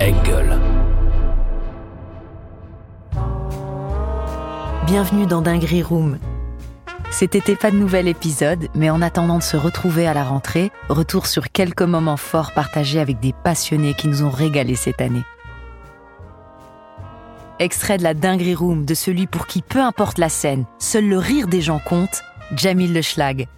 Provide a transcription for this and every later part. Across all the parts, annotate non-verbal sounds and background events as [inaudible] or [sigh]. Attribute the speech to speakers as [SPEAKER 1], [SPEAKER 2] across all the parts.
[SPEAKER 1] Engel.
[SPEAKER 2] Bienvenue dans Dinguerie Room. Cet été, pas de nouvel épisode, mais en attendant de se retrouver à la rentrée, retour sur quelques moments forts partagés avec des passionnés qui nous ont régalés cette année. Extrait de la Dinguerie Room de celui pour qui, peu importe la scène, seul le rire des gens compte, Jamil Le Schlag,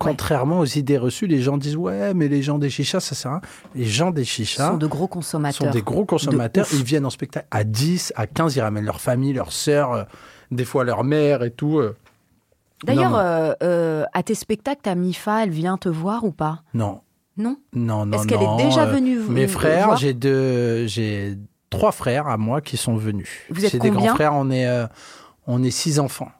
[SPEAKER 3] Contrairement aux idées reçues, les gens disent ouais, mais les gens des chichas, ça sert à rien. Les gens des chichas
[SPEAKER 2] sont de gros
[SPEAKER 3] sont
[SPEAKER 2] consommateurs.
[SPEAKER 3] des gros consommateurs.
[SPEAKER 2] De ouf.
[SPEAKER 3] Ils viennent en spectacle à 10, à 15, ils ramènent leur famille, leur sœur, euh, des fois leur mère et tout. euh.
[SPEAKER 4] D'ailleurs,
[SPEAKER 3] Non, non.
[SPEAKER 4] euh, euh, à tes spectacles, ta Mifa, elle vient te voir ou pas
[SPEAKER 3] non,
[SPEAKER 4] Non
[SPEAKER 3] non, non.
[SPEAKER 4] Est-ce qu'elle
[SPEAKER 3] non,
[SPEAKER 4] est déjà
[SPEAKER 3] euh,
[SPEAKER 4] venue vous
[SPEAKER 3] Mes
[SPEAKER 4] vous
[SPEAKER 3] frères,
[SPEAKER 4] voir
[SPEAKER 3] j'ai deux, j'ai trois frères à moi qui sont venus.
[SPEAKER 4] Vous êtes
[SPEAKER 3] C'est des grands
[SPEAKER 4] combien
[SPEAKER 3] frères. On est, euh, on est six enfants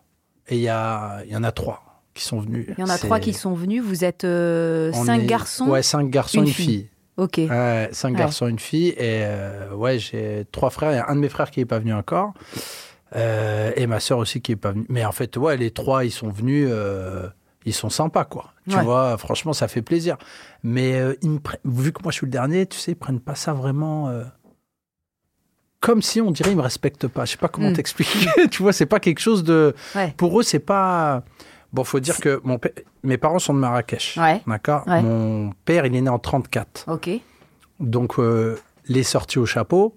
[SPEAKER 3] et il y a, il y en a trois qui sont venus.
[SPEAKER 4] Il y en a
[SPEAKER 3] C'est-
[SPEAKER 4] trois qui sont venus. Vous êtes euh,
[SPEAKER 3] on
[SPEAKER 4] cinq
[SPEAKER 3] est-
[SPEAKER 4] garçons
[SPEAKER 3] Ouais, cinq garçons,
[SPEAKER 4] une
[SPEAKER 3] une
[SPEAKER 4] fille.
[SPEAKER 3] fille.
[SPEAKER 4] Ok.
[SPEAKER 3] Ouais, Euh, cinq
[SPEAKER 4] Ouais.
[SPEAKER 3] garçons, une fille. Et euh, ouais, j'ai trois frères. Il y a un de mes frères qui n'est pas venu encore. Euh, et ma sœur aussi qui n'est pas venue. Mais en fait, ouais, les trois, ils sont venus. euh, ils sont sympas, quoi. Tu
[SPEAKER 4] Ouais.
[SPEAKER 3] vois, franchement, ça fait plaisir. Mais euh, ils me pre- vu que moi, je suis le dernier, tu sais, ils prennent pas ça vraiment. euh, Comme si on dirait ils me respectent pas. Je sais pas comment
[SPEAKER 4] Mm.
[SPEAKER 3] t'expliquer. [laughs] tu vois, c'est pas quelque chose de.
[SPEAKER 4] Ouais.
[SPEAKER 3] Pour eux, c'est pas. Bon, faut dire que mon pa- mes parents sont de Marrakech.
[SPEAKER 4] Ouais.
[SPEAKER 3] D'accord.
[SPEAKER 4] Ouais.
[SPEAKER 3] Mon père, il est né en 34.
[SPEAKER 4] Ok.
[SPEAKER 3] Donc, euh, les sorties au chapeau,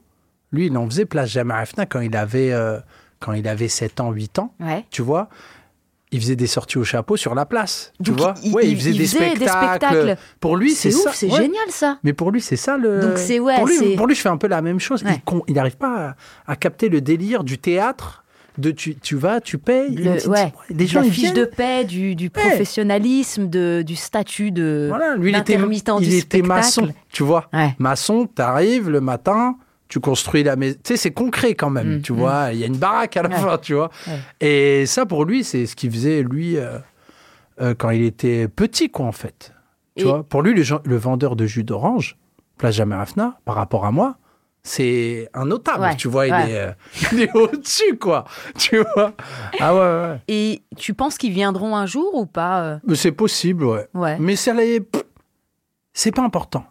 [SPEAKER 3] lui, il en faisait place Jamal Afna quand il avait, euh, quand il avait 7 ans, 8 ans,
[SPEAKER 4] Ouais.
[SPEAKER 3] tu vois. Il faisait des sorties au chapeau sur la place, tu
[SPEAKER 4] Donc,
[SPEAKER 3] vois.
[SPEAKER 4] il-
[SPEAKER 3] Ouais,
[SPEAKER 4] il- il faisait des spectacles.
[SPEAKER 3] Pour lui, c'est
[SPEAKER 4] c'est ouf,
[SPEAKER 3] ça.
[SPEAKER 4] c'est
[SPEAKER 3] ouais.
[SPEAKER 4] génial ça.
[SPEAKER 3] Mais pour lui, c'est ça le.
[SPEAKER 4] Donc, c'est- ouais,
[SPEAKER 3] pour, lui,
[SPEAKER 4] c'est-
[SPEAKER 3] pour lui, je fais un peu la même chose.
[SPEAKER 4] Ouais.
[SPEAKER 3] Il con- Il n'arrive pas à, à capter le délire du théâtre, de tu, tu vas, tu payes.
[SPEAKER 4] Le-
[SPEAKER 3] une petite-
[SPEAKER 4] ouais.
[SPEAKER 3] Les
[SPEAKER 4] De
[SPEAKER 3] gens,
[SPEAKER 4] la
[SPEAKER 3] ils
[SPEAKER 4] fiche
[SPEAKER 3] viennent.
[SPEAKER 4] de paix, du, du professionnalisme, de, du statut de.
[SPEAKER 3] Voilà, lui, il était,
[SPEAKER 4] l'intermittent du
[SPEAKER 3] il était
[SPEAKER 4] spectacle.
[SPEAKER 3] maçon, tu vois.
[SPEAKER 4] Ouais.
[SPEAKER 3] Maçon, t'arrives le matin, tu construis la maison. Tu sais, c'est concret quand même,
[SPEAKER 4] Mm,
[SPEAKER 3] tu
[SPEAKER 4] mm.
[SPEAKER 3] vois. Il y a une baraque à la
[SPEAKER 4] Ouais.
[SPEAKER 3] fin, tu vois.
[SPEAKER 4] Ouais.
[SPEAKER 3] Et ça, pour lui, c'est ce qu'il faisait, lui, euh, euh, quand il était petit, quoi, en fait. Tu
[SPEAKER 4] Et-
[SPEAKER 3] vois, pour lui, le, gen- le vendeur de jus d'orange, Place Jamais Rafna, par rapport à moi, c'est un notable,
[SPEAKER 4] Ouais,
[SPEAKER 3] tu vois. Il
[SPEAKER 4] ouais.
[SPEAKER 3] est, euh, [laughs] il est au-dessus, quoi. Tu vois. Ah ouais, ouais, ouais.
[SPEAKER 4] Et tu penses qu'ils viendront un jour ou pas euh,
[SPEAKER 3] Mais C'est possible, ouais.
[SPEAKER 4] Ouais.
[SPEAKER 3] Mais ça les- pff, C'est pas important.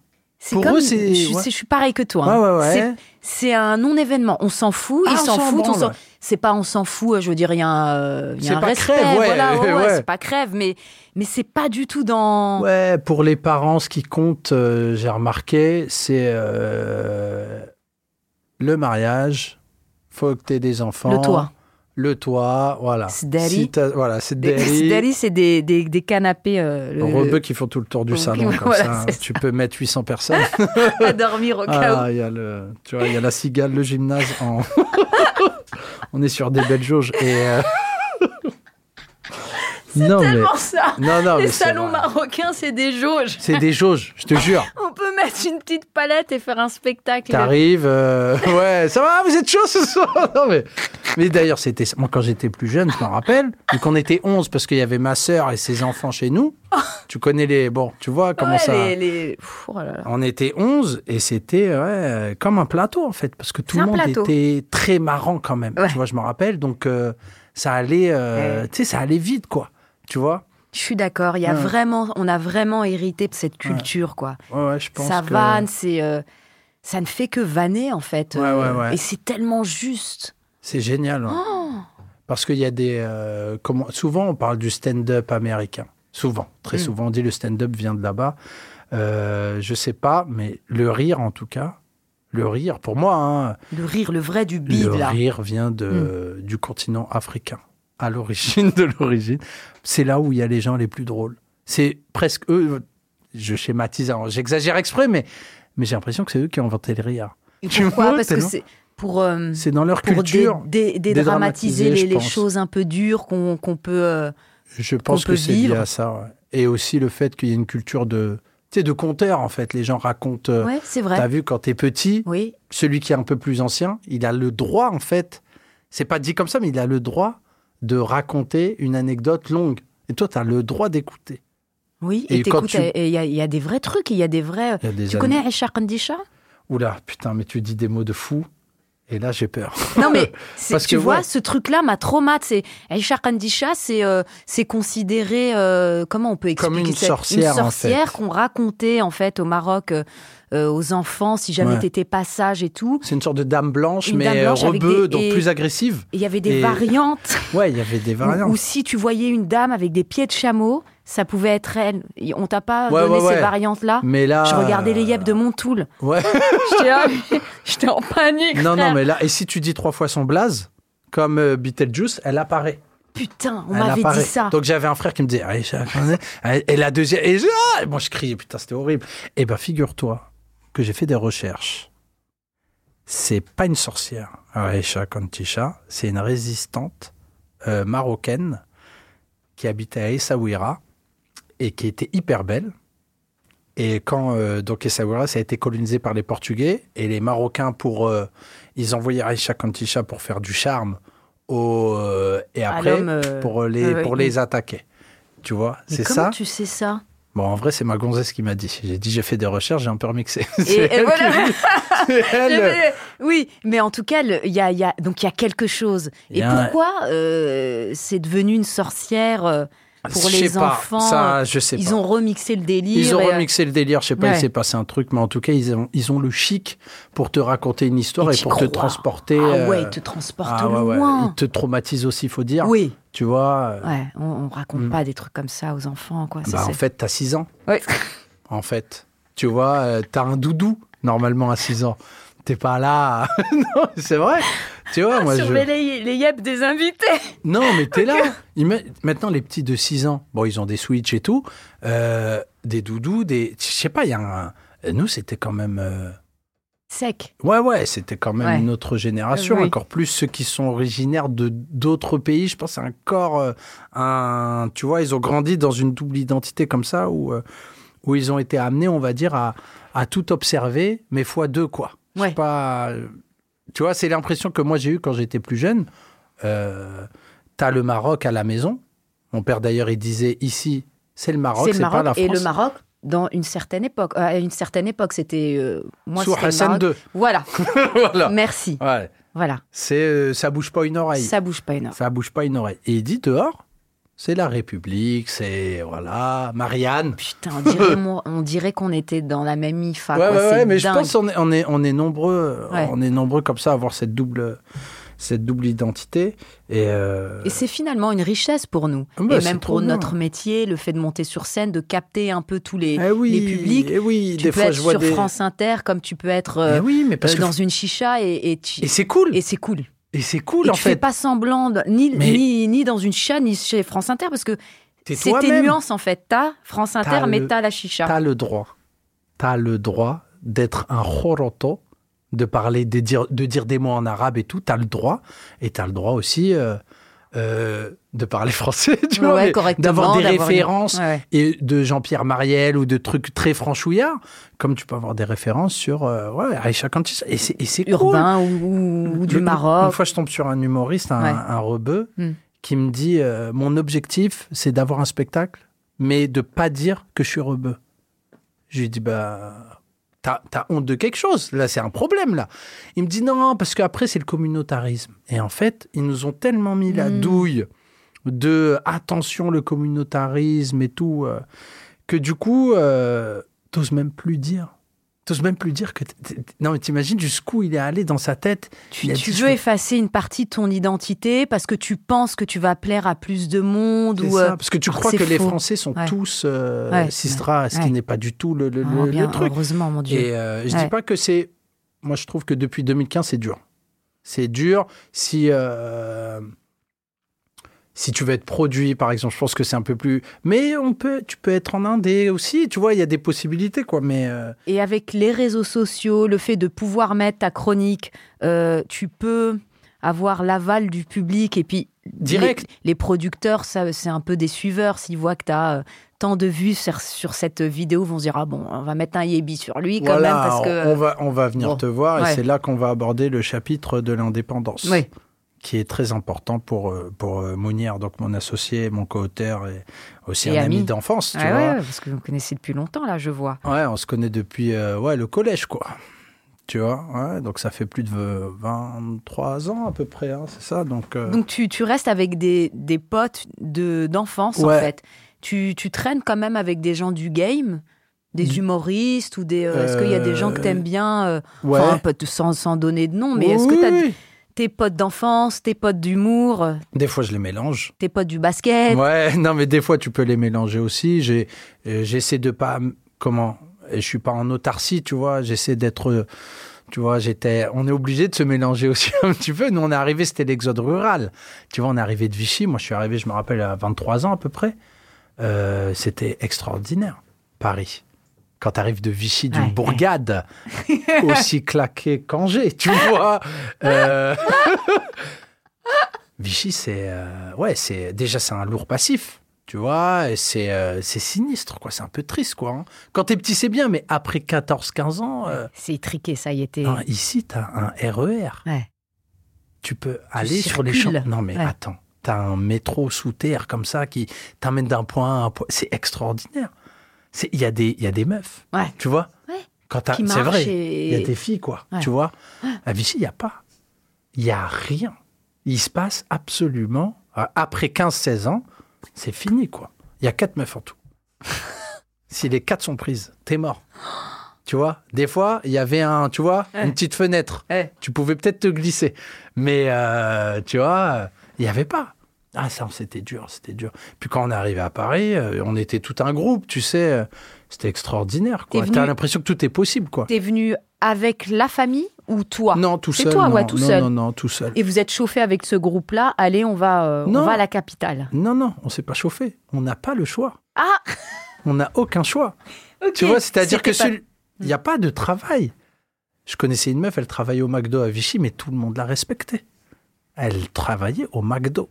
[SPEAKER 4] C'est
[SPEAKER 3] Pour
[SPEAKER 4] comme-
[SPEAKER 3] eux, c'est-
[SPEAKER 4] Je, suis-
[SPEAKER 3] ouais.
[SPEAKER 4] je suis pareil que toi.
[SPEAKER 3] Ouais,
[SPEAKER 4] hein.
[SPEAKER 3] ouais, ouais.
[SPEAKER 4] C'est- C'est un non-événement. On s'en fout,
[SPEAKER 3] Ah,
[SPEAKER 4] ils
[SPEAKER 3] on
[SPEAKER 4] s'en
[SPEAKER 3] s'en
[SPEAKER 4] foutent. on
[SPEAKER 3] branle.
[SPEAKER 4] s'en- C'est pas on s'en fout, euh, je veux dire, il y a un, euh, il y a
[SPEAKER 3] C'est
[SPEAKER 4] un
[SPEAKER 3] pas
[SPEAKER 4] respect.
[SPEAKER 3] crève, ouais,
[SPEAKER 4] voilà, ouais,
[SPEAKER 3] [laughs]
[SPEAKER 4] ouais,
[SPEAKER 3] ouais.
[SPEAKER 4] c'est pas crève, mais, mais c'est pas du tout dans.
[SPEAKER 3] Ouais, pour les parents, ce qui compte, euh, j'ai remarqué, c'est euh, le mariage. Faut que tu des enfants.
[SPEAKER 4] Le toit.
[SPEAKER 3] Le toit, voilà.
[SPEAKER 4] Sideri.
[SPEAKER 3] Si t'as- voilà, c'est
[SPEAKER 4] Des-
[SPEAKER 3] Derry.
[SPEAKER 4] Sideri, c'est des, des, des canapés. euh, le- le-
[SPEAKER 3] Rebeu qui font tout le tour du
[SPEAKER 4] Oui,
[SPEAKER 3] salon comme
[SPEAKER 4] voilà,
[SPEAKER 3] ça.
[SPEAKER 4] c'est
[SPEAKER 3] Tu peux mettre 800 personnes.
[SPEAKER 4] à dormir [laughs] au cas où.
[SPEAKER 3] Ah, il y a le, tu vois, il y a la cigale, le gymnase. En... [laughs] On est sur des belles jauges. Et euh, non, mais...
[SPEAKER 4] Tellement ça
[SPEAKER 3] non, non, mais
[SPEAKER 4] Les
[SPEAKER 3] c'est
[SPEAKER 4] salons
[SPEAKER 3] vrai.
[SPEAKER 4] marocains, c'est des jauges.
[SPEAKER 3] C'est des jauges, je te jure.
[SPEAKER 4] On peut mettre une petite palette et faire un spectacle.
[SPEAKER 3] T'arrives, euh, [laughs] ouais, ça va, vous êtes chaud ce soir [laughs] Non, mais, mais d'ailleurs, c'était ça. moi quand j'étais plus jeune, je m'en rappelle. Donc on était 11 parce qu'il y avait ma sœur et ses enfants chez
[SPEAKER 4] [laughs]
[SPEAKER 3] nous. Tu connais les, bon, tu vois comment
[SPEAKER 4] Ouais,
[SPEAKER 3] ça.
[SPEAKER 4] les- les- Pff, oh là là.
[SPEAKER 3] On était 11 et c'était ouais, euh, comme un plateau en fait, parce que tout
[SPEAKER 4] C'est
[SPEAKER 3] le
[SPEAKER 4] un
[SPEAKER 3] monde
[SPEAKER 4] plateau.
[SPEAKER 3] était très marrant quand même.
[SPEAKER 4] Ouais.
[SPEAKER 3] Tu vois, je me rappelle. Donc euh, ça allait, euh,
[SPEAKER 4] Ouais.
[SPEAKER 3] tu sais, ça allait vite quoi. Tu vois
[SPEAKER 4] Je suis d'accord. Il y a
[SPEAKER 3] Ouais.
[SPEAKER 4] vraiment, on a vraiment hérité de cette culture, quoi.
[SPEAKER 3] Ouais, ouais, je pense.
[SPEAKER 4] ça
[SPEAKER 3] que-
[SPEAKER 4] vanne, c'est euh, ça ne fait que vanner en fait.
[SPEAKER 3] Ouais,
[SPEAKER 4] Euh,
[SPEAKER 3] ouais, ouais.
[SPEAKER 4] Et c'est tellement juste.
[SPEAKER 3] C'est génial. hein.
[SPEAKER 4] Oh.
[SPEAKER 3] Parce qu'il y a des. euh, comment, souvent, on parle du stand-up américain. Souvent, très
[SPEAKER 4] Mm.
[SPEAKER 3] souvent, on dit le stand-up vient de là-bas. Euh, je sais pas, mais le rire, en tout cas, le rire, pour moi, hein,
[SPEAKER 4] Le rire, le vrai du bide
[SPEAKER 3] le
[SPEAKER 4] là.
[SPEAKER 3] rire vient de,
[SPEAKER 4] Mm.
[SPEAKER 3] du continent africain, à l'origine de l'origine. C'est là où il y a les gens les plus drôles. C'est presque eux. Je schématise, hein, j'exagère exprès, mais, mais j'ai l'impression que c'est eux qui ont inventé le rire.
[SPEAKER 4] Et
[SPEAKER 3] Tu
[SPEAKER 4] pourquoi
[SPEAKER 3] vois,
[SPEAKER 4] Parce que
[SPEAKER 3] tellement-
[SPEAKER 4] c'est pour euh,
[SPEAKER 3] C'est dans leur
[SPEAKER 4] pour dé-
[SPEAKER 3] culture.
[SPEAKER 4] dé-
[SPEAKER 3] dédramatiser,
[SPEAKER 4] dédramatiser les,
[SPEAKER 3] je
[SPEAKER 4] les
[SPEAKER 3] pense.
[SPEAKER 4] choses un peu dures qu'on qu'on peut. euh,
[SPEAKER 3] Je pense
[SPEAKER 4] qu'on peut
[SPEAKER 3] que c'est lié
[SPEAKER 4] vivre.
[SPEAKER 3] à ça. ouais. Et aussi le fait qu'il y ait une culture de, tu sais, de conteur, en fait. Les gens racontent. euh,
[SPEAKER 4] Ouais, c'est
[SPEAKER 3] T'as
[SPEAKER 4] vrai.
[SPEAKER 3] vu, quand t'es petit,
[SPEAKER 4] Oui.
[SPEAKER 3] celui qui est un peu plus ancien, il a le droit, en fait. C'est pas dit comme ça, mais il a le droit de raconter une anecdote longue. Et toi, t'as le droit d'écouter.
[SPEAKER 4] Oui,
[SPEAKER 3] Et
[SPEAKER 4] et
[SPEAKER 3] quand
[SPEAKER 4] t'écoutes,
[SPEAKER 3] tu-
[SPEAKER 4] et il y, a- il y a des vrais trucs, il y a des vrais. euh,
[SPEAKER 3] Il y a des
[SPEAKER 4] Tu
[SPEAKER 3] années- [laughs]
[SPEAKER 4] connais Richard Kandisha
[SPEAKER 3] Oula, putain, mais tu dis des mots de fou. Et là, j'ai peur.
[SPEAKER 4] Non, mais c'est-
[SPEAKER 3] Parce
[SPEAKER 4] tu
[SPEAKER 3] que,
[SPEAKER 4] vois,
[SPEAKER 3] ouais.
[SPEAKER 4] ce truc-là m'a traumatisé. C'est Aïcha Kandisha, c'est euh, c'est considéré, euh, comment on peut expliquer
[SPEAKER 3] Comme une
[SPEAKER 4] ça
[SPEAKER 3] sorcière, en
[SPEAKER 4] Une sorcière
[SPEAKER 3] fait.
[SPEAKER 4] qu'on racontait, en fait, au Maroc, euh, euh, aux enfants, si jamais
[SPEAKER 3] Ouais.
[SPEAKER 4] t'étais pas sage et tout.
[SPEAKER 3] C'est une sorte de dame blanche,
[SPEAKER 4] Une
[SPEAKER 3] mais
[SPEAKER 4] dame blanche
[SPEAKER 3] euh,
[SPEAKER 4] avec
[SPEAKER 3] rebeu,
[SPEAKER 4] des-
[SPEAKER 3] donc
[SPEAKER 4] et-
[SPEAKER 3] plus agressive.
[SPEAKER 4] Et il y avait des
[SPEAKER 3] Et-
[SPEAKER 4] variantes.
[SPEAKER 3] Ouais, il y avait des
[SPEAKER 4] Ou,
[SPEAKER 3] variantes.
[SPEAKER 4] ou si tu voyais une dame avec des pieds de chameau, ça pouvait être elle. Et On t'a pas
[SPEAKER 3] Ouais,
[SPEAKER 4] donné
[SPEAKER 3] ouais, Ah. ouais.
[SPEAKER 4] ces variantes-là
[SPEAKER 3] Mais là.
[SPEAKER 4] Je regardais les yeux de Montoul.
[SPEAKER 3] Ouais.
[SPEAKER 4] J'étais ah, mais- j'étais en [laughs] panique.
[SPEAKER 3] non, non,
[SPEAKER 4] frère.
[SPEAKER 3] mais là. Et si tu dis trois fois son blaze, comme euh, Beetlejuice, elle apparaît.
[SPEAKER 4] Putain, on
[SPEAKER 3] Elle
[SPEAKER 4] m'avait
[SPEAKER 3] apparaît.
[SPEAKER 4] dit ça.
[SPEAKER 3] Donc j'avais un frère qui me disait, allez, ça, attendez. et et la deuxième, et je- ah moi je criais, putain, c'était horrible. Eh ben, figure-toi que j'ai fait des recherches. C'est pas une sorcière, Aisha Kantisha, c'est une résistante euh, marocaine qui habitait à Essaouira et qui était hyper belle. Et quand euh, donc Essaouira, ça a été colonisé par les Portugais et les Marocains pour euh, ils envoyaient Aisha Kantisha pour faire du charme au euh, et
[SPEAKER 4] À
[SPEAKER 3] après
[SPEAKER 4] l'homme, euh,
[SPEAKER 3] pour les
[SPEAKER 4] euh,
[SPEAKER 3] pour
[SPEAKER 4] il-
[SPEAKER 3] les attaquer. Tu vois,
[SPEAKER 4] Mais
[SPEAKER 3] c'est
[SPEAKER 4] comment
[SPEAKER 3] ça.
[SPEAKER 4] tu sais ça
[SPEAKER 3] Bon, en vrai, c'est ma gonzesse qui m'a dit. J'ai dit, j'ai fait des recherches, j'ai un peu remixé. C'est
[SPEAKER 4] et
[SPEAKER 3] elle
[SPEAKER 4] voilà.
[SPEAKER 3] qui
[SPEAKER 4] [laughs]
[SPEAKER 3] me dit. [laughs] C'est elle.
[SPEAKER 4] Mais- Oui, mais en tout cas, le- il y a, il y a- donc il y a quelque chose.
[SPEAKER 3] Il y
[SPEAKER 4] Et
[SPEAKER 3] a un-
[SPEAKER 4] pourquoi euh, c'est devenu une sorcière euh, pour
[SPEAKER 3] Je sais
[SPEAKER 4] les
[SPEAKER 3] pas.
[SPEAKER 4] enfants
[SPEAKER 3] Ça, je sais
[SPEAKER 4] Ils
[SPEAKER 3] pas.
[SPEAKER 4] ont remixé le délire.
[SPEAKER 3] Ils ont
[SPEAKER 4] et, euh,
[SPEAKER 3] remixé le délire, je sais pas,
[SPEAKER 4] Ouais.
[SPEAKER 3] il s'est passé un truc, mais en tout cas, ils ont, ils ont le chic pour te raconter une histoire
[SPEAKER 4] Et
[SPEAKER 3] et,
[SPEAKER 4] t'y
[SPEAKER 3] pour te
[SPEAKER 4] crois.
[SPEAKER 3] transporter.
[SPEAKER 4] Ah ouais,
[SPEAKER 3] euh,
[SPEAKER 4] ils te transportent
[SPEAKER 3] ah ouais, ouais. Ils
[SPEAKER 4] loin.
[SPEAKER 3] te traumatisent aussi, faut dire.
[SPEAKER 4] Oui,
[SPEAKER 3] Tu vois, euh,
[SPEAKER 4] ouais, on, on raconte
[SPEAKER 3] Mm.
[SPEAKER 4] pas des trucs comme ça aux enfants, quoi. Ah, ça,
[SPEAKER 3] bah, en
[SPEAKER 4] c'est-
[SPEAKER 3] fait, t'as 6 ans,
[SPEAKER 4] Ouais.
[SPEAKER 3] [laughs] en fait. Tu vois, euh, t'as un doudou, normalement, à 6 ans. T'es pas là. [laughs] non, c'est vrai. Tu
[SPEAKER 4] Ah,
[SPEAKER 3] vois, moi, je.
[SPEAKER 4] Surveiller les yep des invités.
[SPEAKER 3] Non, mais t'es
[SPEAKER 4] [laughs]
[SPEAKER 3] là. Ils mettent- Maintenant, les petits de 6 ans, bon, ils ont des Switch et tout, euh, des doudous, des. Je sais pas, il y a un. Nous, c'était quand même. euh,
[SPEAKER 4] Sec.
[SPEAKER 3] Ouais, ouais, c'était quand même
[SPEAKER 4] Ouais.
[SPEAKER 3] une autre génération.
[SPEAKER 4] Oui.
[SPEAKER 3] Encore plus ceux qui sont originaires de d'autres pays. Je pense à un corps, euh, un, tu vois, ils ont grandi dans une double identité comme ça, où, euh, où ils ont été amenés, on va dire, à, à tout observer, mais fois deux, quoi. Je sais
[SPEAKER 4] Ouais.
[SPEAKER 3] Pas, euh, tu vois, c'est l'impression que moi j'ai eue quand j'étais plus jeune. Euh, T'as le Maroc à la maison. Mon père, d'ailleurs, il disait ici, c'est le Maroc,
[SPEAKER 4] C'est le
[SPEAKER 3] c'est pas
[SPEAKER 4] Maroc
[SPEAKER 3] la France.
[SPEAKER 4] et le Maroc dans une certaine époque. Euh, À une certaine époque, c'était euh, moi.
[SPEAKER 3] Sous
[SPEAKER 4] c'était le
[SPEAKER 3] Hassan
[SPEAKER 4] Maroc. [laughs]
[SPEAKER 3] II.
[SPEAKER 4] Voilà.
[SPEAKER 3] [laughs] voilà.
[SPEAKER 4] Merci.
[SPEAKER 3] Ouais.
[SPEAKER 4] Voilà.
[SPEAKER 3] C'est, euh, ça bouge pas une oreille.
[SPEAKER 4] Ça bouge pas énorme.
[SPEAKER 3] Ça bouge pas une oreille. Et il dit dehors, c'est la République, c'est voilà, Marianne.
[SPEAKER 4] Putain, on
[SPEAKER 3] [laughs]
[SPEAKER 4] dirait, mon- on dirait qu'on était dans la même IFA.
[SPEAKER 3] ouais,
[SPEAKER 4] Ah, quoi,
[SPEAKER 3] ouais,
[SPEAKER 4] c'est
[SPEAKER 3] ouais, mais je
[SPEAKER 4] dingue.
[SPEAKER 3] pense on est, on est, on est nombreux,
[SPEAKER 4] Ouais.
[SPEAKER 3] on est nombreux comme ça à avoir cette double, cette double identité. Et, euh,
[SPEAKER 4] Et c'est finalement une richesse pour nous.
[SPEAKER 3] Ah bah,
[SPEAKER 4] et
[SPEAKER 3] c'est
[SPEAKER 4] même
[SPEAKER 3] trop
[SPEAKER 4] pour
[SPEAKER 3] bien.
[SPEAKER 4] notre métier, le fait de monter sur scène, de capter un peu tous les,
[SPEAKER 3] eh oui,
[SPEAKER 4] les publics.
[SPEAKER 3] eh oui,
[SPEAKER 4] Tu
[SPEAKER 3] des
[SPEAKER 4] peux
[SPEAKER 3] fois
[SPEAKER 4] être
[SPEAKER 3] je vois
[SPEAKER 4] sur
[SPEAKER 3] des.
[SPEAKER 4] France Inter comme tu peux être
[SPEAKER 3] Eh
[SPEAKER 4] euh,
[SPEAKER 3] oui, mais parce
[SPEAKER 4] euh,
[SPEAKER 3] que
[SPEAKER 4] dans une chicha et, et tu-
[SPEAKER 3] et c'est cool,
[SPEAKER 4] et
[SPEAKER 3] et,
[SPEAKER 4] c'est cool.
[SPEAKER 3] c'est cool
[SPEAKER 4] et
[SPEAKER 3] en
[SPEAKER 4] tu fais
[SPEAKER 3] fait.
[SPEAKER 4] pas semblant, de- ni,
[SPEAKER 3] Mais-
[SPEAKER 4] ni, ni dans une chicha, ni chez France Inter, parce que
[SPEAKER 3] T'es
[SPEAKER 4] c'est tes
[SPEAKER 3] toi-même.
[SPEAKER 4] nuances en fait. T'as France Inter,
[SPEAKER 3] T'as
[SPEAKER 4] mais
[SPEAKER 3] le-
[SPEAKER 4] t'as la chicha.
[SPEAKER 3] T'as le droit, t'as le droit d'être un choroto, de parler, de dire, de dire des mots en arabe et tout. T'as le droit, et t'as le droit aussi euh, euh, de parler [laughs] français, tu vois,
[SPEAKER 4] Ouais,
[SPEAKER 3] mais
[SPEAKER 4] correctement,
[SPEAKER 3] d'avoir des
[SPEAKER 4] d'avoir une-
[SPEAKER 3] références
[SPEAKER 4] Ouais, ouais.
[SPEAKER 3] et de Jean-Pierre Mariel ou de trucs très franchouillards, comme tu peux avoir des références sur euh, ouais, Aïcha Kantis. Et c'est, et c'est cool.
[SPEAKER 4] Urbain ou- ou, ou du
[SPEAKER 3] Une- Une
[SPEAKER 4] Maroc.
[SPEAKER 3] fois, je tombe sur un humoriste, un,
[SPEAKER 4] Ouais.
[SPEAKER 3] un rebeu,
[SPEAKER 4] Hmm.
[SPEAKER 3] qui me dit euh, Mon objectif, c'est d'avoir un spectacle, mais de pas dire que je suis rebeu. Je lui dis Bah. T'as, t'as honte de quelque chose, là c'est un problème là. Il me dit non, parce qu'après c'est le communautarisme. Et en fait, ils nous ont tellement mis la
[SPEAKER 4] Hmm.
[SPEAKER 3] douille de attention le communautarisme et tout, euh, que du coup, euh, t'oses même plus dire. T'oses même plus dire que. t'es- t'es- t'es- Non, mais t'imagines jusqu'où il est allé dans sa tête. Il
[SPEAKER 4] Tu,
[SPEAKER 3] a
[SPEAKER 4] tu
[SPEAKER 3] dit,
[SPEAKER 4] veux
[SPEAKER 3] je-
[SPEAKER 4] effacer une partie de ton identité parce que tu penses que tu vas plaire à plus de monde
[SPEAKER 3] C'est
[SPEAKER 4] ou
[SPEAKER 3] ça,
[SPEAKER 4] euh,
[SPEAKER 3] parce que tu
[SPEAKER 4] alors
[SPEAKER 3] crois
[SPEAKER 4] c'est
[SPEAKER 3] que les
[SPEAKER 4] faux.
[SPEAKER 3] Français sont
[SPEAKER 4] Ouais.
[SPEAKER 3] tous euh,
[SPEAKER 4] Ouais,
[SPEAKER 3] sistra, ce qui
[SPEAKER 4] ouais.
[SPEAKER 3] n'est pas du tout le, le-
[SPEAKER 4] oh,
[SPEAKER 3] le-
[SPEAKER 4] bien,
[SPEAKER 3] le truc.
[SPEAKER 4] heureusement mon dieu.
[SPEAKER 3] Et euh, je
[SPEAKER 4] Ouais.
[SPEAKER 3] dis pas que c'est. Moi, je trouve que depuis 2015, c'est dur. C'est dur si. euh, Si tu veux être produit, par exemple, je pense que c'est un peu plus. Mais on peut, tu peux être en indé aussi, tu vois, il y a des possibilités, quoi. Mais euh,
[SPEAKER 4] Et, avec les réseaux sociaux, le fait de pouvoir mettre ta chronique, euh, tu peux avoir l'aval du public et puis
[SPEAKER 3] Direct.
[SPEAKER 4] Les, les producteurs, ça, c'est un peu des suiveurs. S'ils voient que tu as tant de vues sur, sur cette vidéo, vont se dire ah bon, on va mettre un yébi sur lui quand
[SPEAKER 3] voilà,
[SPEAKER 4] même parce que euh,
[SPEAKER 3] on, va, on va venir
[SPEAKER 4] bon,
[SPEAKER 3] te voir
[SPEAKER 4] ouais.
[SPEAKER 3] et c'est là qu'on va aborder le chapitre de l'indépendance.
[SPEAKER 4] Ouais.
[SPEAKER 3] qui est très important pour, euh, pour euh, Mounir, donc mon associé, mon co-auteur et aussi
[SPEAKER 4] Et
[SPEAKER 3] un
[SPEAKER 4] ami.
[SPEAKER 3] ami d'enfance, tu
[SPEAKER 4] Ouais,
[SPEAKER 3] vois.
[SPEAKER 4] ouais, parce que vous me connaissez depuis longtemps là, je vois.
[SPEAKER 3] Ouais, on se connaît depuis euh, ouais, le collège, quoi. tu vois. ouais, donc ça fait plus de euh, 23 ans à peu près, hein, c'est ça. Donc, euh,
[SPEAKER 4] Donc tu, tu restes avec des, des potes de d'enfance
[SPEAKER 3] Ouais.
[SPEAKER 4] en fait. Tu, tu traînes quand même avec des gens du game, des
[SPEAKER 3] Du-
[SPEAKER 4] humoristes ou des. euh, Est-ce qu'il y a des gens que t'aimes bien euh,
[SPEAKER 3] ouais.
[SPEAKER 4] enfin, pas de- sans, sans donner de nom, mais est-ce
[SPEAKER 3] Oui,
[SPEAKER 4] que t'as
[SPEAKER 3] oui, oui.
[SPEAKER 4] tes potes d'enfance, tes potes d'humour, euh,
[SPEAKER 3] Des fois, je les mélange.
[SPEAKER 4] tes potes du basket
[SPEAKER 3] Ouais, [laughs] non, mais des fois, tu peux les mélanger aussi. J'ai- euh, J'essaie de pas. m- Comment Et Je suis pas en autarcie, tu vois. J'essaie d'être. euh, Tu vois, j'étais. On est obligé de se mélanger aussi [laughs] un petit peu. Nous, on est arrivé, c'était l'exode rural. Tu vois, on est arrivé de Vichy. Moi, je suis arrivé, je me rappelle, à 23 ans à peu près. Euh, c'était extraordinaire, Paris. Quand tu arrives de Vichy, d'une
[SPEAKER 4] Ouais, ouais.
[SPEAKER 3] bourgade aussi claquée qu'Angers, tu vois. Euh, Vichy, c'est euh, ouais, c'est déjà c'est un lourd passif, tu vois, et c'est euh, c'est sinistre quoi, c'est un peu triste quoi. hein. Quand t'es petit, c'est bien, mais après 14-15 ans, euh,
[SPEAKER 4] C'est étriqué, ça y était.
[SPEAKER 3] non, ici t'as un RER,
[SPEAKER 4] Ouais.
[SPEAKER 3] tu peux aller sur les champs.
[SPEAKER 4] circules.
[SPEAKER 3] Non mais
[SPEAKER 4] Ouais.
[SPEAKER 3] attends, t'as un métro sous terre comme ça qui t'amène d'un point à un point, c'est extraordinaire. C'est il y a des il y a des meufs,
[SPEAKER 4] Ouais.
[SPEAKER 3] tu vois.
[SPEAKER 4] Ouais.
[SPEAKER 3] Quand t'as-
[SPEAKER 4] Qui
[SPEAKER 3] c'est
[SPEAKER 4] marche
[SPEAKER 3] vrai.
[SPEAKER 4] et-
[SPEAKER 3] Il y a des filles, quoi.
[SPEAKER 4] Ouais.
[SPEAKER 3] Tu vois À Vichy, il n'y a pas. Il n'y a rien. Il se passe absolument. euh, Après 15-16 ans, c'est fini, quoi. Il y a quatre meufs en tout. [laughs] si les quatre sont prises, t'es mort. Tu vois Des fois, il y avait un, tu vois, une
[SPEAKER 4] Ouais.
[SPEAKER 3] petite fenêtre.
[SPEAKER 4] Ouais.
[SPEAKER 3] Tu pouvais peut-être te glisser. Mais, euh, tu vois, euh, il n'y avait pas. Ah, ça, c'était dur, c'était dur. Puis quand on est arrivé à Paris, euh, on était tout un groupe, tu sais. euh, C'était extraordinaire, quoi.
[SPEAKER 4] T'es
[SPEAKER 3] T'as
[SPEAKER 4] venu-
[SPEAKER 3] l'impression que tout est possible, quoi.
[SPEAKER 4] T'es venu avec la famille ou toi
[SPEAKER 3] Non, tout
[SPEAKER 4] C'est
[SPEAKER 3] seul.
[SPEAKER 4] toi,
[SPEAKER 3] non,
[SPEAKER 4] ouais, tout
[SPEAKER 3] non,
[SPEAKER 4] seul.
[SPEAKER 3] Non, non, tout seul.
[SPEAKER 4] Et vous êtes chauffé avec ce groupe-là. Allez, on va, euh,
[SPEAKER 3] Non.
[SPEAKER 4] on va à la capitale.
[SPEAKER 3] Non, non, on s'est pas chauffé. On n'a pas le choix.
[SPEAKER 4] Ah
[SPEAKER 3] On n'a aucun choix. Tu
[SPEAKER 4] Ok.
[SPEAKER 3] vois, c'est-à-dire que
[SPEAKER 4] C'était pas-
[SPEAKER 3] celui- il n'y a pas de travail. Je connaissais une meuf, elle travaillait au McDo à Vichy, mais tout le monde la respectait. Elle travaillait au McDo.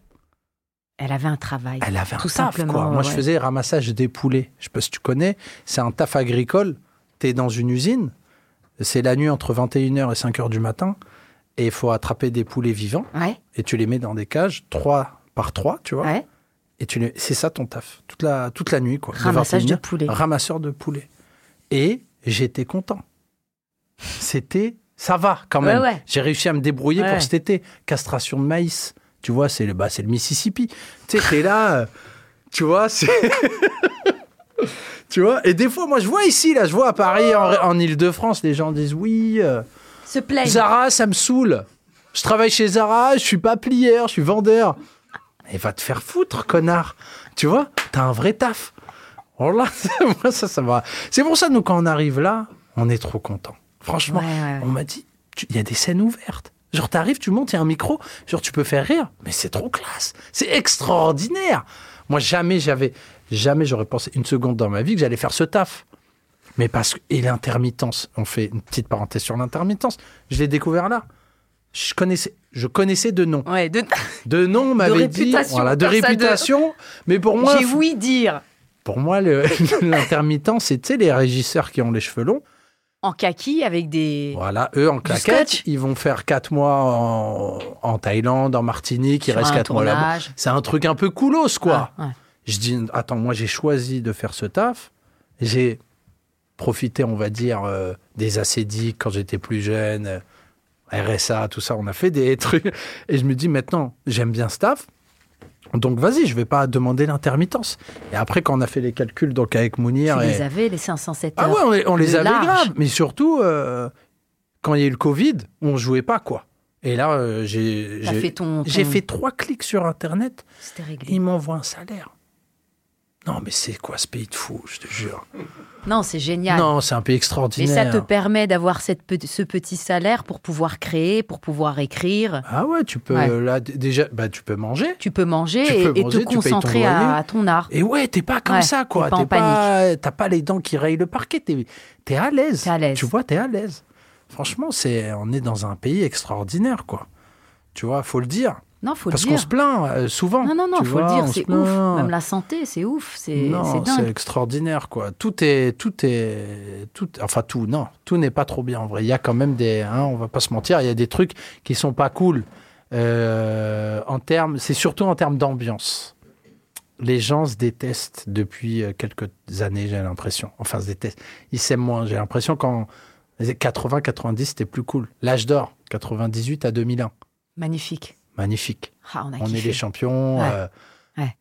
[SPEAKER 4] Elle avait un travail.
[SPEAKER 3] Elle avait un
[SPEAKER 4] Tout
[SPEAKER 3] taf,
[SPEAKER 4] simplement,
[SPEAKER 3] quoi.
[SPEAKER 4] ouais,
[SPEAKER 3] Moi, je
[SPEAKER 4] ouais.
[SPEAKER 3] faisais ramassage des poulets. Je sais pas si tu connais. C'est un taf agricole. Tu es dans une usine. C'est la nuit entre 21h et 5h du matin. Et il faut attraper des poulets vivants.
[SPEAKER 4] Ouais,
[SPEAKER 3] Et tu les mets dans des cages, 3 par 3, tu vois.
[SPEAKER 4] ouais.
[SPEAKER 3] Et tu les- c'est ça ton taf, toute la, toute la nuit. Quoi, de
[SPEAKER 4] Ramassage
[SPEAKER 3] 21
[SPEAKER 4] de
[SPEAKER 3] heures.
[SPEAKER 4] poulet.
[SPEAKER 3] Ramasseur de poulet. Et j'étais content. C'était, ça va quand même.
[SPEAKER 4] Ouais, ouais.
[SPEAKER 3] J'ai réussi à me débrouiller
[SPEAKER 4] Ouais.
[SPEAKER 3] pour cet été. Castration de maïs, tu vois, c'est le, bah, c'est le Mississippi. Tu sais, t'es là, euh, tu vois, c'est... [laughs] tu vois, et des fois, moi, je vois ici, là, je vois à Paris, en, en Ile-de-France, les gens disent, oui... euh,
[SPEAKER 4] Se plaignent.
[SPEAKER 3] Zara, ça me saoule. Je travaille chez Zara, je suis pas plieur, je suis vendeur. Et va te faire foutre, connard. Tu vois, t'as un vrai taf. Oh là, [laughs] moi, ça, ça va. C'est pour ça, nous, quand on arrive là, on est trop content. Franchement,
[SPEAKER 4] Ouais, ouais, ouais.
[SPEAKER 3] on m'a dit, tu- il y a des scènes ouvertes. Genre, t'arrives, tu montes, il y a un micro, genre, tu peux faire rire. Mais c'est trop classe. C'est extraordinaire. Moi, jamais j'avais, jamais j'aurais pensé une seconde dans ma vie que j'allais faire ce taf. Mais parce que, et l'intermittence, on fait une petite parenthèse sur l'intermittence, je l'ai découvert là. Je connaissais, je connaissais de nom.
[SPEAKER 4] Ouais, de...
[SPEAKER 3] De nom, on m'avait dit,
[SPEAKER 4] réputation,
[SPEAKER 3] voilà, de
[SPEAKER 4] personne de-
[SPEAKER 3] réputation. Mais pour moi,
[SPEAKER 4] [laughs] J'ai oui dire
[SPEAKER 3] pour moi, le- [laughs] l'intermittent, c'est, tu sais, les régisseurs qui ont les cheveux longs.
[SPEAKER 4] en kaki avec des.
[SPEAKER 3] Voilà, eux en claquette,
[SPEAKER 4] scotch.
[SPEAKER 3] ils vont faire 4 mois en, en Thaïlande, en Martinique, ils
[SPEAKER 4] Sur
[SPEAKER 3] restent
[SPEAKER 4] un
[SPEAKER 3] 4 mois là-bas.
[SPEAKER 4] tournage.
[SPEAKER 3] C'est un truc un peu coolos, quoi.
[SPEAKER 4] Ah, ouais.
[SPEAKER 3] Je dis, attends, moi j'ai choisi de faire ce taf. J'ai profité, on va dire, euh, des acédiques quand j'étais plus jeune, euh, RSA, tout ça, on a fait des [laughs] trucs. Et je me dis, maintenant, j'aime bien ce taf. Donc vas-y, je vais pas demander l'intermittence. Et après, quand on a fait les calculs, donc avec Mounir...
[SPEAKER 4] Tu
[SPEAKER 3] et-
[SPEAKER 4] les avais, les 507
[SPEAKER 3] ah
[SPEAKER 4] heures.
[SPEAKER 3] ouais, on les, on les
[SPEAKER 4] de
[SPEAKER 3] avait
[SPEAKER 4] large.
[SPEAKER 3] grave. Mais surtout, euh, quand il y a eu le Covid, on jouait pas, quoi. Et là, euh, j'ai
[SPEAKER 4] T'as
[SPEAKER 3] j'ai-
[SPEAKER 4] fait ton. ton-
[SPEAKER 3] j'ai fait trois clics sur Internet.
[SPEAKER 4] C'était réglé.
[SPEAKER 3] Il m'envoie un salaire. Non, mais c'est quoi ce pays de fou, je te jure.
[SPEAKER 4] Non, c'est génial.
[SPEAKER 3] Non, c'est un pays
[SPEAKER 4] Et ça
[SPEAKER 3] extraordinaire.
[SPEAKER 4] te permet d'avoir cette pe- ce petit salaire pour pouvoir créer, pour pouvoir écrire.
[SPEAKER 3] Ah ouais, tu peux
[SPEAKER 4] Ouais.
[SPEAKER 3] là d- déjà, bah tu peux manger.
[SPEAKER 4] Tu peux manger,
[SPEAKER 3] Tu
[SPEAKER 4] et,
[SPEAKER 3] peux
[SPEAKER 4] et
[SPEAKER 3] manger, tu
[SPEAKER 4] te
[SPEAKER 3] payes ton
[SPEAKER 4] concentrer à,
[SPEAKER 3] loyer.
[SPEAKER 4] à ton art.
[SPEAKER 3] Et ouais, t'es pas comme
[SPEAKER 4] Ouais,
[SPEAKER 3] ça, quoi.
[SPEAKER 4] t'es pas en
[SPEAKER 3] T'es pas- T'as pas les dents qui rayent le parquet. T'es es à l'aise.
[SPEAKER 4] T'es à l'aise.
[SPEAKER 3] Tu vois, t'es à l'aise. Franchement, c'est on est dans un pays extraordinaire, quoi. Tu vois, faut le dire.
[SPEAKER 4] Non, faut
[SPEAKER 3] Parce
[SPEAKER 4] le
[SPEAKER 3] qu'on
[SPEAKER 4] dire.
[SPEAKER 3] se plaint euh, souvent.
[SPEAKER 4] Non, non, non,
[SPEAKER 3] tu
[SPEAKER 4] faut
[SPEAKER 3] vois,
[SPEAKER 4] le
[SPEAKER 3] on
[SPEAKER 4] dire,
[SPEAKER 3] se
[SPEAKER 4] c'est
[SPEAKER 3] plaint.
[SPEAKER 4] ouf. Même la santé, c'est ouf, c'est c'est
[SPEAKER 3] Non, c'est
[SPEAKER 4] dingue.
[SPEAKER 3] extraordinaire, quoi. Tout est, tout est, tout, enfin tout, non, tout n'est pas trop bien en vrai. Il y a quand même des, hein, on va pas se mentir, il y a des trucs qui sont pas cool. Euh, en termes, c'est surtout en termes d'ambiance. Les gens se détestent depuis euh, quelques années, j'ai l'impression. Enfin, se détestent. Ils s'aiment moins. J'ai l'impression quand Les 80-90, c'était plus cool. L'âge d'or, 98 à 2001.
[SPEAKER 4] Magnifique.
[SPEAKER 3] Magnifique.
[SPEAKER 4] Ah, on a
[SPEAKER 3] On est
[SPEAKER 4] kiffé.
[SPEAKER 3] les champions.
[SPEAKER 4] Ouais.
[SPEAKER 3] euh,
[SPEAKER 4] Ouais.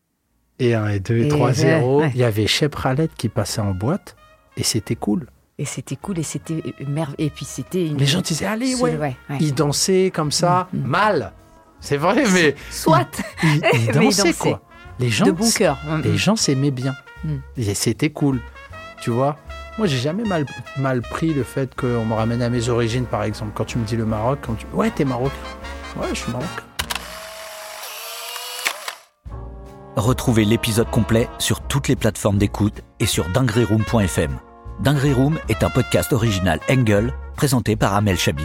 [SPEAKER 3] Et 1 et 2 et
[SPEAKER 4] Et
[SPEAKER 3] 3
[SPEAKER 4] ouais,
[SPEAKER 3] 0.
[SPEAKER 4] ouais.
[SPEAKER 3] Il y avait Shep Rallet qui passait en boîte et c'était cool.
[SPEAKER 4] Et c'était cool et c'était merveilleux. Et puis c'était une.
[SPEAKER 3] Les gens disaient Allez,
[SPEAKER 4] Ce-
[SPEAKER 3] ouais.
[SPEAKER 4] ouais, ouais.
[SPEAKER 3] Ils dansaient comme ça,
[SPEAKER 4] Mm, mm.
[SPEAKER 3] mal. C'est
[SPEAKER 4] [laughs]
[SPEAKER 3] vrai, mais
[SPEAKER 4] Soit
[SPEAKER 3] ils, ils
[SPEAKER 4] ils
[SPEAKER 3] dansaient,
[SPEAKER 4] dansaient.
[SPEAKER 3] quoi. Les gens,
[SPEAKER 4] de bon cœur.
[SPEAKER 3] les gens s'aimaient bien.
[SPEAKER 4] Mm.
[SPEAKER 3] Et c'était cool. Tu vois Moi, j'ai jamais mal, mal pris le fait qu'on me ramène à mes origines, par exemple. Quand tu me dis le Maroc, quand tu... Ouais, t'es marocain. Ouais, je suis marocain.
[SPEAKER 1] Retrouvez l'épisode complet sur toutes les plateformes d'écoute et sur dingueryroom.fm. Dinguery Room est un podcast original Engel présenté par Amel Chabi.